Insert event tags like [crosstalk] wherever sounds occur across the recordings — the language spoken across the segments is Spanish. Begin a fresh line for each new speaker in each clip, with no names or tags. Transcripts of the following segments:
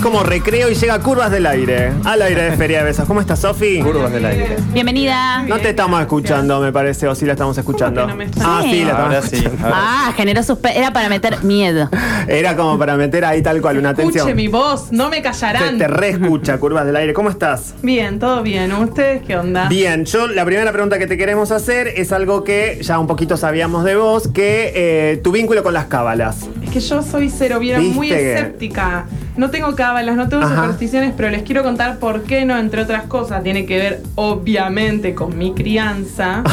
como recreo y llega a Curvas del Aire. Al aire de Feria de Besos. ¿Cómo estás, Sofi?
Curvas del aire.
Bienvenida.
No te estamos escuchando, me parece, o sí la estamos escuchando.
que no me estás?
ah, sí, la estamos
Ahora sí.
escuchando.
ahora
Ah, generó suspense. Era para meter miedo.
Era como para meter ahí tal cual una atención.
Escuche mi voz, no me
Te,
callarán.
te reescucha, Curvas del Aire. ¿Cómo estás?
Bien, todo bien. ¿Ustedes qué onda?
Bien, yo la primera pregunta que te queremos hacer es algo que ya un poquito sabíamos de vos, que eh, tu vínculo con las cábalas.
Es que yo soy cero, viera
Viste
muy
que-
escéptica. No tengo cábalas, no tengo
Ajá.
supersticiones, pero les quiero contar por qué no, entre otras cosas. Tiene que ver, obviamente, con mi
[laughs]
crianza.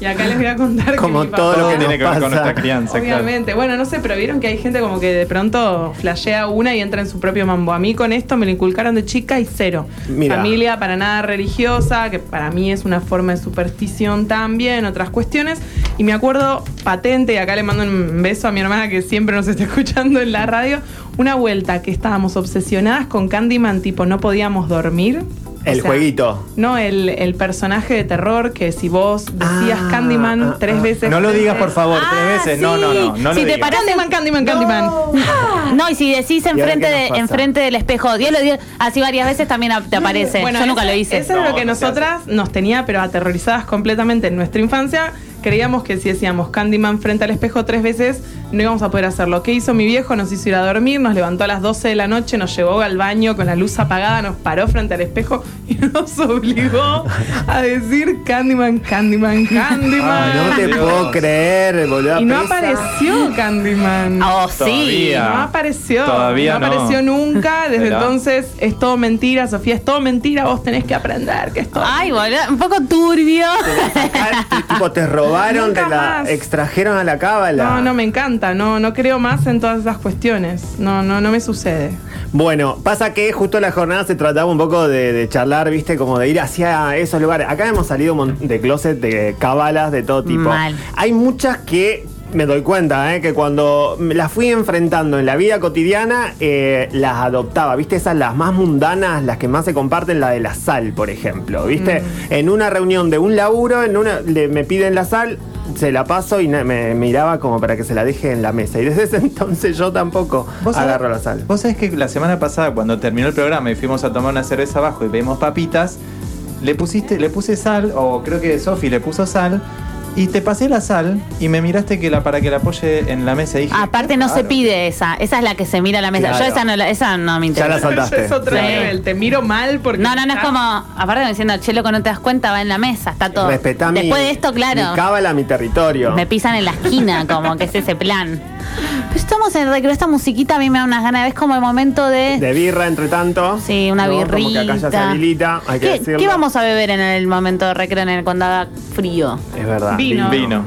Y acá les voy a contar
Como
que mi
todo
papá-
lo
Todo
que
tiene que
nos
ver con
pasa.
nuestra crianza, claro.
Obviamente, bueno, no sé, pero vieron que hay gente como que de pronto flashea una y entra en su propio mambo. A mí con esto me lo inculcaron de chica y cero.
Mira.
Familia para nada religiosa, que para mí es una forma de superstición también, otras cuestiones. Y me acuerdo patente, y acá le mando un beso a mi hermana que siempre nos está [laughs] escuchando en la radio, una vuelta que estábamos obsesionadas con Candyman, tipo no podíamos dormir. O
El
sea,
jueguito.
No, el, el personaje de terror que si vos decías
Ah,
Candyman
ah,
tres
ah.
veces.
No lo
tres
digas, por
veces-
favor,
Ah,
tres veces. No,
sí.
no, no. No
Si
lo
te
digas.
parás-
Candyman, Candyman, Candyman.
No, y si decís
ahora
enfrente,
qué nos
de-
pasa?
enfrente del espejo, Dios lo dio, así varias veces también a- te aparece.
Bueno,
Yo nunca
ese-
lo hice.
Eso es
No,
lo que
no se
nosotras nos tenía, pero aterrorizadas completamente en nuestra infancia. Creíamos que si hacíamos Candyman frente al espejo tres veces, no íbamos a poder hacerlo. ¿Qué hizo mi viejo? Nos hizo ir a dormir, nos levantó a las 12 de la noche, nos llevó al baño con la luz apagada, nos paró frente al espejo y [laughs] nos obligó a decir Candyman, Candyman, Candyman.
Ay,
Ah, No te
Dios.
puedo creer, boludo.
y no apareció Candyman.
Ah, Oh, sí.
Todavía.
No apareció.
Todavía
no.
no.
apareció nunca. Desde
Será.
entonces es todo mentira, Sofía, es todo mentira. Vos tenés que aprender que es
Ah,
todo.
Ay, boludo, un poco turbio.
Tipo, te robaron,
Nunca
te la
más.
extrajeron a la cábala.
No, no me encanta. No, no creo más en todas esas cuestiones. No, no, no me sucede.
Bueno, pasa que justo la jornada se trataba un poco de, de charlar, viste, como de ir hacia esos lugares. Acá hemos salido un mon- de closet, de cabalas, de todo tipo.
Mal.
Hay muchas que me doy cuenta, ¿eh? que cuando me las fui enfrentando en la vida cotidiana, eh, las adoptaba, viste, esas las más mundanas, las que más se comparten, la de la sal, por ejemplo, viste, en una reunión de un laburo, en una le- me piden la sal. Se la paso y na- me miraba como para que se la deje en la mesa. Y desde ese [laughs] entonces yo tampoco
sabés-
agarro la sal.
Vos sabés que la semana pasada, cuando terminó el programa y fuimos a tomar una cerveza abajo y pedimos papitas, le pusiste, le puse sal, o creo que Sofi le puso sal, y te pasé la sal y me miraste que la, para que la apoye en la mesa. Y dije, "Ah,
Aparte
qué
no se
raro.
pide esa. Esa es la que se mira a la mesa.
Claro.
Yo esa no, la- esa no me
Ya la
interesa.
saltaste.
Es otro
Sí.
nivel. Te miro mal porque.
No, no, no es
estás-
como, aparte como diciendo, che, loco, no te das cuenta, va en la mesa, está todo.
Respetá mi-
Después de esto, claro.
Mi cábala, mi territorio.
Me pisan en la esquina, como que es ese plan. Pero estamos en el recreo, esta musiquita a mí me da unas ganas. Es como el momento de.
De birra, entre tanto.
sí, una
¿no?
birrita.
Como que acá ya se habilita, hay que
¿Qué,
decirlo.
qué vamos a beber en el momento de recreo en el cuando haga frío?
Es verdad.
Vino.
Vino.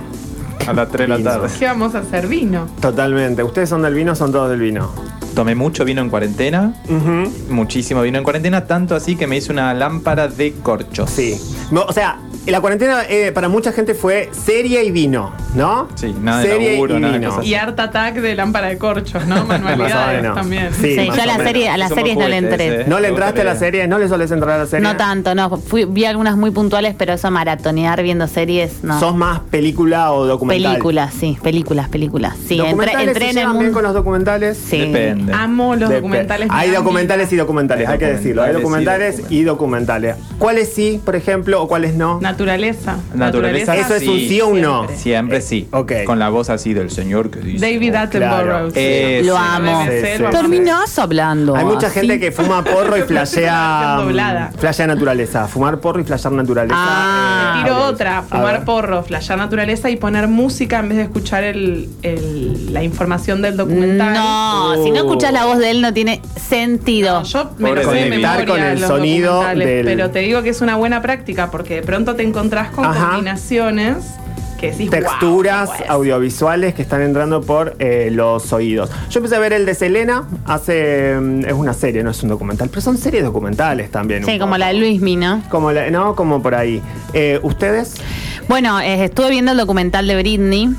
A las 3 de la
Vino.
tarde.
¿Qué vamos a hacer? Vino.
Totalmente. Ustedes son del vino, son todos del vino.
Tomé mucho vino en cuarentena.
Ujú.
Muchísimo vino en cuarentena, tanto así que me hice una lámpara de corchos.
Sí. No, o sea, la cuarentena eh, para mucha gente fue serie y vino, ¿no?
Sí, nada de
serie
laburo,
y
nada de
vino.
cosas
Y Art Attack de lámpara de corchos, ¿no?
[laughs] Más o
Manualidades
menos.
también.
Sí,
Sí,
más
yo
o
a, la
menos.
serie, a las
Somos
series no le
juguetes,
entré.
eh.
¿No le
Me
entraste a la
gustaría.
serie? ¿No le solés entrar a la serie?
No tanto, no. Fui, vi algunas muy puntuales, pero eso maratonear viendo series, no.
¿Sos más película o documental?
películas, sí, pelculas, películas. Sí, entré,
¿Documentales
entré
se
en el
llevan bien
mundo.
con los documentales?
Sí.
Depende.
Amo los
Depe-
documentales. me
Hay
dan
documentales y documentales,
Hay
hay que decirlo. Hay
documentales y
documentales y documentales. ¿Cuáles sí, por ejemplo, o cuáles no?
Naturaleza.
Naturaleza,
Eso es un
sí.
sí o un no.
Siempre sí.
Eh, Ok.
Con la voz así del señor que dice. "Oh,
David
Claro.
Attenborough. sí.
Ese.
Lo amo.
BBC,
Sí, sí.
lo amamos.
Terminás hablando.
Hay mucha
así.
gente que fuma porro
[laughs]
y flashea.
Versión doblada.
mm, flashea naturaleza. Fumar porro y flashear naturaleza.
Ah.
Eh,
Tiro
audios.
otra,
A
fumar
ver.
porro, flashear naturaleza y poner música en vez de escuchar el, el- la información del documental.
No,
Oh.
si no escuchas la voz de él no tiene sentido.
No, yo me
Pobre
lo sé de
David.
memoria
con el
los
sonido
documentales,
del-
Pero te digo que es una buena práctica porque de pronto te encontrás con
Ajá.
combinaciones que decís,
Texturas
"Guau, pues".
audiovisuales que están entrando por eh, los oídos. Yo empecé a ver el de Selena hace. mm, Es una serie, no es un documental, pero son series documentales también.
Sí,
un
como
poco.
la de Luismi, ¿no?
Como la- no, como por ahí. Eh, ¿Ustedes?
Bueno, eh, estuve viendo el documental de Britney.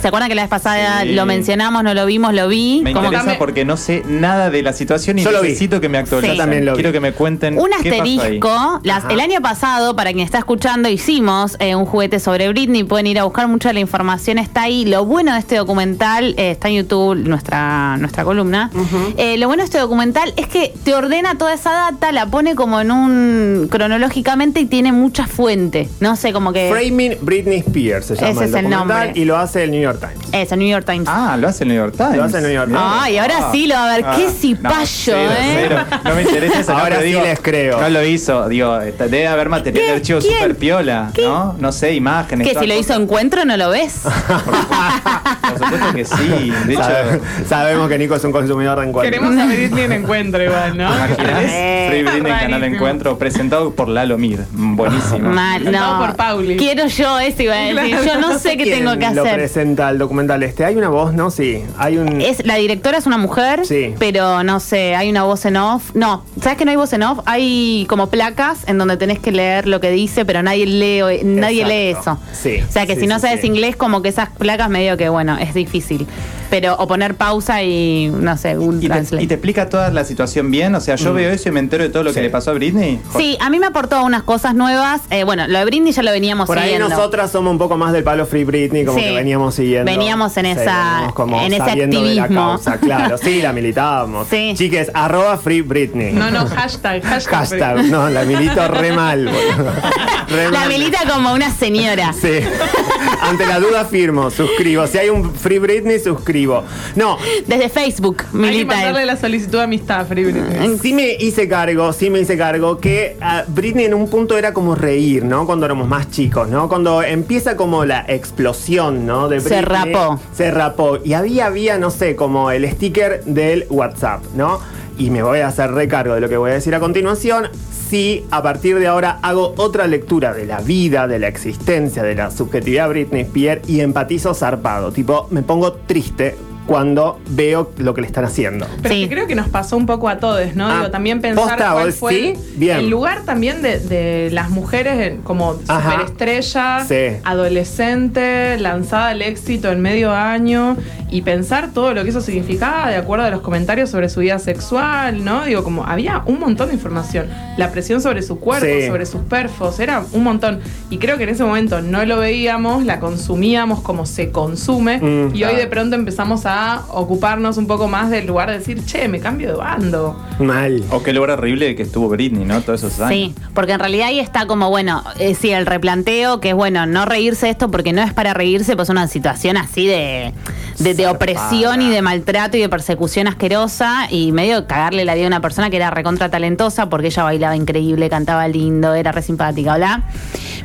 ¿Se acuerdan que la vez pasada
Sí.
lo mencionamos, no lo vimos, lo vi?
Me
Como-
interesa
Contame.
porque no sé nada de la situación y
Yo lo vi.
necesito que me actualicen.
Yo
también lo vi.
Quiero que me cuenten
Un
qué pasó ahí.
asterisco. Las-
Ajá.
el año pasado, para quien está escuchando, hicimos eh, un juguete sobre Britney. Pueden ir a buscar mucha de la información, está ahí. Lo bueno de este documental, eh, está en YouTube nuestra, nuestra columna. Eh, lo bueno de este documental es que te ordena toda esa data, la pone como en un. cronológicamente y tiene mucha fuente. No sé, como que.
Framing Britney Spears se llama
Eh, Ese
el
es el
documental
nombre.
y lo hace el New York Times.
Eso, New York Times.
Ah, lo hace el New York Times. Ah.
Lo hace el New York Times.
Ay,
Ah.
ahora sí lo va a ver. Qué cipayo,
cero,
¿eh?
cero. No me interesa eso. no,
Ahora
pero
sí
digo,
les creo.
No lo hizo. Digo, esta- debe haber material
¿Qué?
de archivo
¿Quién?
super piola,
¿Qué?
¿no? No sé, imágenes.
que
todas
si lo hizo
cosas.
encuentro, no
[laughs]
lo ves.
Por supuesto que sí.
Eh,
De
Sabe-
hecho,
[laughs] Sabemos que Nico es un consumidor de encuentros.
Queremos a Britney en encuentro igual, ¿no?
[laughs]
¿imaginás?
Eh,
Free Britney en Canal
rarísimo.
Encuentro, presentado por Lalo Mir. Buenísimo.
Mal, no.
Cantado por Pauli.
Quiero yo eso, iba a decir. Yo no sé qué
¿Quién
tengo que
lo
hacer.
presenta el documental este? Hay una voz, ¿no? Sí. Hay un.
Es, la directora es una mujer,
Sí.
pero no sé, hay una voz en off. No, ¿sabes que no hay voz en off? Hay como placas en donde tenés que leer lo que dice, pero nadie lee, nadie lee eso.
Exacto. Sí,
O sea que
sí,
si no
sí,
sabes
sí.
inglés, como que esas placas medio que, bueno, es difícil. Pero, o poner pausa y, no sé, un
¿Y te,
translate. Mm.
y te explica toda la situación bien? O sea, yo veo eso y me entero de todo lo
Sí.
que le pasó a Britney. Joder.
Sí, a mí me aportó unas cosas nuevas. Eh, bueno, lo de Britney ya lo veníamos
Por ahí
siguiendo.
nosotras somos un poco más del palo Free Britney, como
Sí.
que veníamos siguiendo.
Veníamos en
Sí,
esa-
veníamos como
en ese
sabiendo de la
activismo.
causa, claro, sí, la militábamos.
Sí.
Chiques, arroba Free Britney.
No, no, hashtag, hashtag.
Hashtag, no, la milito re mal.
[laughs]
boludo. Re
La
mal.
habilita como una señora.
[laughs] Sí. Ante la duda firmo, suscribo. Si hay un Free Britney, suscribo. No,
Desde Facebook,
Hay que
milita. él.
mandarle la solicitud de amistad a Free Britney.
Eh, Sí me hice cargo, sí me hice cargo que ah, Britney en un punto era como reír, ¿no? Cuando éramos más chicos, ¿no? Cuando empieza como la explosión, ¿no? De
Se
Britney,
rapó.
Se rapó. Y había, había, no sé, como el sticker del WhatsApp, ¿no? Y me voy a hacer recargo de lo que voy a decir a continuación. Si a partir de ahora hago otra lectura de la vida, de la existencia, de la subjetividad de Britney Spears y empatizo zarpado. Tipo, me pongo triste cuando veo lo que le están haciendo.
Pero
Sí.
es que creo que nos pasó un poco a todos, ¿no?
Ah,
Digo, también pensar
posta,
cuál
vos
fue
sí,
el-
bien.
el lugar también de, de las mujeres en- como
Ajá.
superestrella,
Sí.
adolescente, lanzada al éxito en medio año y pensar todo lo que eso significaba de acuerdo a los comentarios sobre su vida sexual, ¿no? Digo, como había un montón de información. La presión sobre su cuerpo,
Sí.
sobre sus perfos, era un montón. Y creo que en ese momento no lo veíamos, la consumíamos como se consume
Mm,
y hoy
claro.
de pronto empezamos a ocuparnos un poco más del lugar de decir, che, me cambio de bando.
Mal.
O qué lugar horrible que estuvo Britney, ¿no? Todos esos años.
Sí, porque en realidad ahí está como, bueno, eh, sí, el replanteo, que es bueno, no reírse de esto porque no es para reírse, pues es una situación así de, de, de
Zarpada.
opresión y de maltrato y de persecución asquerosa y medio cagarle la vida a una persona que era recontra talentosa porque ella bailaba increíble, cantaba lindo, era re simpática, bla,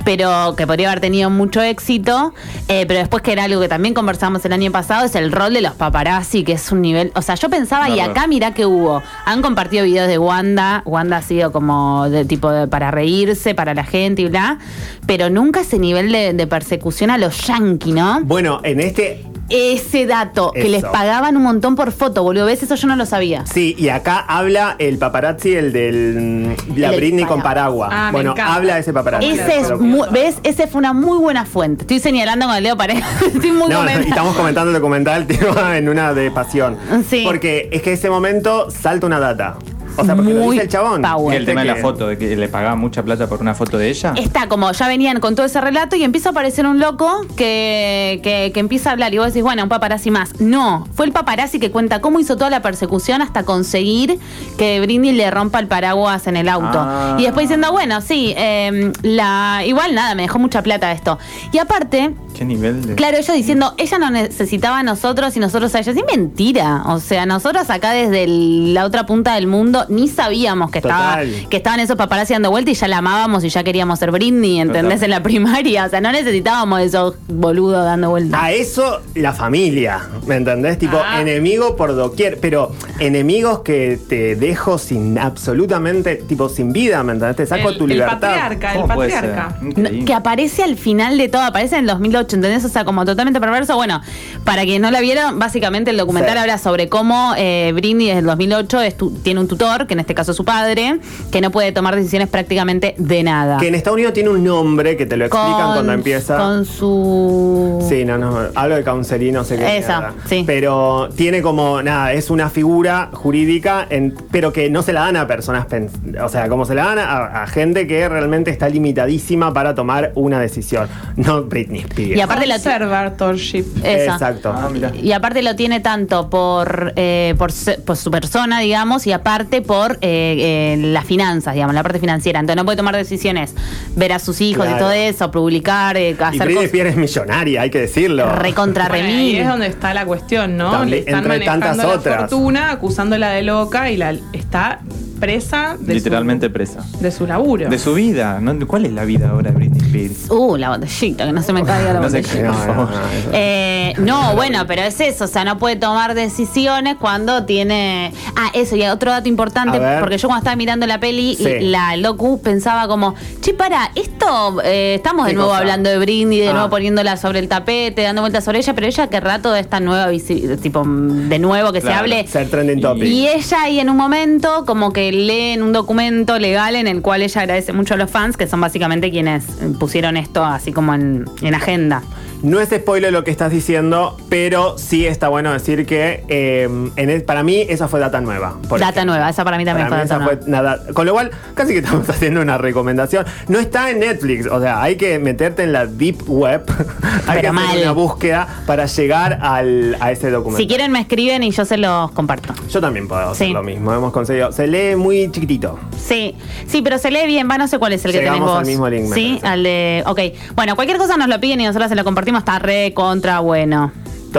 pero que podría haber tenido mucho éxito, eh, pero después que era algo que también conversamos el año pasado, es el rol de los paparazzi, que es un nivel, o sea, yo pensaba, y
Verdad.
acá mirá que hubo. Han compartido videos de Wanda. Wanda ha sido como de tipo de- para reírse, para la gente y bla. Pero nunca ese nivel de, de persecución a los yankees, ¿no?
Bueno, en este
Ese dato, que
Eso.
les pagaban un montón por foto, boludo. ¿Ves? Eso yo no lo sabía.
sí, y acá habla el paparazzi, el del mm, la
El del
Britney con paraguas.
paraguas.
Ah, me
bueno,
encanta.
habla ese paparazzi.
Ese es
Pero-
mu- ¿Ves? Ese fue una muy buena fuente. Estoy señalando con el dedo parejo. [laughs] Estoy muy
No, no,
contenta.
estamos comentando el documental [laughs] tipo, en una de pasión.
Sí.
Porque es que ese momento salta una data. O sea, porque lo
Muy
dice el chabón.
power.
Y el tema de la
Que-
foto, de que le pagaba mucha plata por una foto de ella.
Está como, ya venían con todo ese relato y empieza a aparecer un loco que, que- que empieza a hablar. Y vos decís, bueno, un paparazzi más. No, fue el paparazzi que cuenta cómo hizo toda la persecución hasta conseguir que Britney le rompa el paraguas en el auto.
Ah.
Y después diciendo, bueno, sí, eh, la igual nada, me dejó mucha plata esto. Y aparte,
Qué nivel de.
Claro, ellos diciendo, ella no necesitaba a nosotros y nosotros a ella. Es mentira. O sea, nosotros acá desde el- la otra punta del mundo ni sabíamos que, estaba,
Total.
que estaban esos paparazzi dando vuelta y ya la amábamos y ya queríamos ser Britney, ¿entendés?
Total.
En la primaria. O sea, no necesitábamos de esos boludos dando vuelta.
A eso la familia, ¿me entendés? Tipo,
Ah.
enemigo por doquier, pero enemigos que te dejo sin absolutamente, tipo, sin vida, ¿me entendés? Te saco
el,
tu
el
libertad.
patriarca, el
¿Cómo puede ser?
patriarca.
No,
Increíble.
que aparece al final de todo, aparece en el 2008, ¿entendés? O sea, como totalmente perverso. Bueno, para quien no la vieron, básicamente el documental
Sí.
habla sobre cómo eh, Britney desde el 2008 estu- tiene un tutor tutor, que en este caso es su padre, que no puede tomar decisiones prácticamente de nada.
Que en Estados Unidos tiene un nombre que te lo explican cuando empieza.
Con su...
Sí, no, no, hablo de counseling, no sé qué.
Esa,
mierda.
sí.
Pero tiene como, nada, es una figura jurídica, en- pero que no se la dan a personas, pen- o sea, como se la dan a, a gente que realmente está limitadísima para tomar una decisión. No Britney Spears.
Y aparte la-
Conservatorship.
Esa.
Exacto.
Ah, mira.
Y aparte lo tiene tanto por, eh, por, se- por su persona, digamos, y aparte por eh, eh, las finanzas, digamos, la parte financiera. Entonces no puede tomar decisiones, ver a sus hijos y
Claro.
todo eso, publicar, eh,
Y
hacer
Britney
cosas
Spears es millonaria, hay que decirlo. [laughs]
recontra
Bueno,
remil.
ahí es donde está la cuestión, ¿no?
También,
Le están
entre
manejando
tantas
la
otras.
fortuna, acusándola de loca y la está presa de
Literalmente presa.
su, de su laburo.
De su vida. ¿no? ¿Cuál es la vida ahora de Britney Spears?
Uh, la botellita, que
[laughs]
no se me caiga la
No se
botellita.
caiga, por favor.
Eh, no, bueno, pero es eso, o sea, no puede tomar decisiones cuando tiene... Ah, eso, y otro dato
A
importante,
ver.
porque yo cuando estaba mirando la peli,
Sí.
la locu pensaba como, che, para, esto, eh, estamos de
¿Qué
nuevo
cosa?
hablando de Brindy, de
Ah.
nuevo poniéndola sobre el tapete, dando vueltas sobre ella, pero ella querrá toda esta nueva, visi- tipo, de nuevo que se
Claro,
hable
Ser trending topic.
y ella ahí en un momento como que leen un documento legal en el cual ella agradece mucho a los fans, que son básicamente quienes pusieron esto así como en, en agenda.
No es spoiler lo que estás diciendo, pero sí está bueno decir que eh, en el- para mí esa fue data nueva. por
data
ejemplo.
nueva, esa para mí también
Para mí
fue
esa
data nueva.
fue nada. Con lo cual, casi que estamos [laughs] haciendo una recomendación. No está en Netflix, o sea, hay que meterte en la deep web. [laughs] hay que
Pero
hacer
mal.
una búsqueda para llegar al, a ese documento.
Si quieren me escriben y yo se los comparto.
Yo también puedo hacer
Sí.
lo mismo, hemos conseguido. Se lee muy chiquitito.
Sí, sí, pero se lee bien, va, no sé cuál es el
Llegamos
que tenés vos.
al mismo link, me
sí,
parece.
al de. Ok. Bueno, cualquier cosa nos lo piden y nosotros se lo compartimos, está re contra bueno.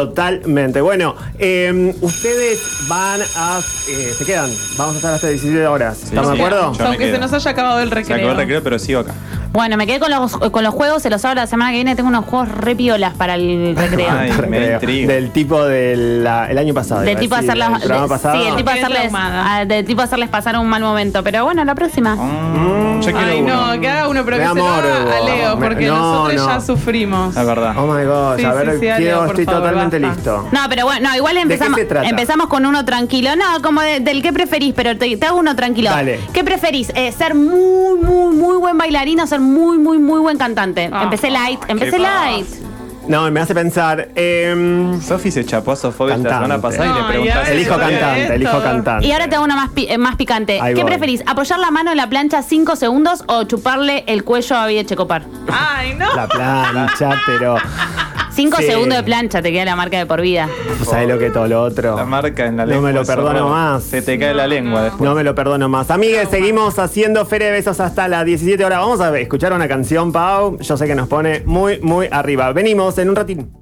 Totalmente. Bueno, eh, ustedes van a. eh, se quedan. Vamos a estar hasta 17 horas. ¿Estamos
sí,
de acuerdo?
yo me
Aunque se
quedo.
nos haya acabado el
Se acabó
recreo.
el recreo, pero sigo acá.
Bueno, me quedé con los, con los juegos, se los hablo la semana que viene, tengo unos juegos re piolas para el recreo.
Ay, me
Creo.
intriga.
Del tipo del la- el año pasado.
De
iba a
tipo
decir,
hacerlas.
El programa
de-
pasado.
Sí, el tipo
Qué
hacerles,
traumada.
ah, de tipo hacerles pasar un mal momento. Pero bueno, la próxima.
Mm, yo quiero
Ay,
uno.
no, que haga uno, pero
Mi
que
amor,
se lo haga a
Hugo.
Leo,
Me-
porque
no,
nosotros
no.
ya sufrimos.
La verdad.
Oh my god,
Sí,
a ver,
sí, sí, Ale,
quiero-
por
estoy
favor,
totalmente
basta.
listo.
No, pero bueno, no, igual
qué
empezamos,
se trata?
empezamos con uno tranquilo. No, como de- del que preferís, pero te, te hago uno tranquilo.
Dale.
¿Qué preferís? Eh, ¿Ser muy, muy, muy buen bailarín o ser muy, muy, muy buen cantante?
Ah,
empecé light, empecé
qué
light.
No, me hace pensar. em,
Sofi se chapó a Sofobia la
Cantante.
semana pasada y
Ay,
le preguntaste.
ay,
elijo
Esto,
cantante,
esto.
elijo cantante.
Y ahora te hago uno más, pi- eh, más picante.
Ahí
¿Qué
voy.
preferís? ¿Apoyar la mano en la plancha 5 segundos o chuparle el cuello a Vía Checopar?
Ay, no.
La plancha, pero.
5
Sí.
segundos de plancha, te queda la marca de por vida.
pues, ¿Sabes lo que todo lo otro?
La marca en la
No
lengua.
me lo
es
perdono
horror.
más.
Se te cae la lengua después.
No me lo perdono más. Amigues, seguimos haciendo Feria de Besos hasta las 17 horas. Vamos a escuchar una canción, Pau. Yo sé que nos pone muy, muy arriba. Venimos en un ratín.